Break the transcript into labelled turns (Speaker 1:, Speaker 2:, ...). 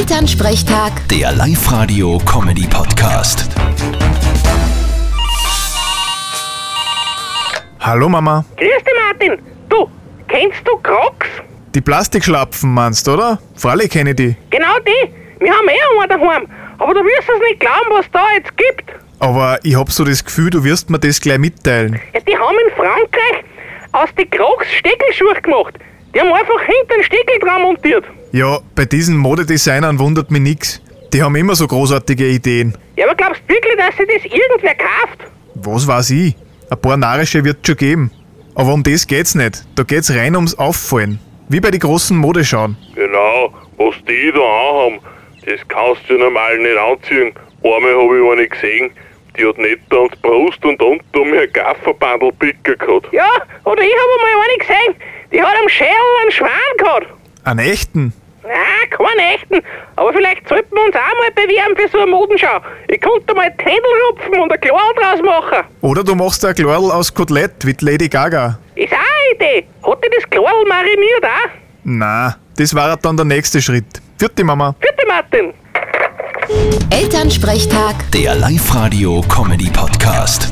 Speaker 1: Elternsprechtag,
Speaker 2: Der Live-Radio-Comedy-Podcast.
Speaker 3: Hallo Mama,
Speaker 4: Grüß dich, Martin. Du, kennst du Crocs?
Speaker 3: die Plastikschlapfen meinst, oder? Freilich kenne ich die.
Speaker 4: Genau die. Wir haben eh einen daheim. Aber du wirst es nicht glauben, was da jetzt gibt.
Speaker 3: Aber ich hab so das Gefühl, du wirst mir das gleich mitteilen.
Speaker 4: Ja, die haben in Frankreich aus den Crocs Steckelschuhe gemacht. Die haben einfach hinten einen Steckel dran montiert.
Speaker 3: Ja, bei diesen Modedesignern wundert mich nix. Die haben immer so großartige Ideen.
Speaker 4: Ja, aber glaubst du wirklich, dass sich das irgendwer kauft?
Speaker 3: Was weiß ich? Ein paar narische wird's schon geben. Aber um das geht's nicht. Da geht's rein ums Auffallen. Wie bei den großen Modeschauen.
Speaker 5: Genau, was die da anhaben, das kannst du normal nicht anziehen. Einmal habe ich eine gesehen, die hat nicht an die Brust und unten um ihr Gafferbandel picker gehabt.
Speaker 4: Ja, oder ich habe mal eine gesehen. Die hat am Schädel einen Schwan gehabt.
Speaker 3: An echten?
Speaker 4: Na, keinen echten. Aber vielleicht sollten wir uns auch mal bewerben für so eine Modenschau. Ich konnte mal die Händel rupfen und ein Klar draus machen.
Speaker 3: Oder du machst ein Glorl aus Kotelett wie die Lady Gaga.
Speaker 4: Ist auch eine Idee. Hat dir das Klarl mariniert auch?
Speaker 3: Na, das war dann der nächste Schritt. Vierte Mama.
Speaker 4: Bitte, Martin.
Speaker 1: Elternsprechtag.
Speaker 2: Der Live-Radio-Comedy-Podcast.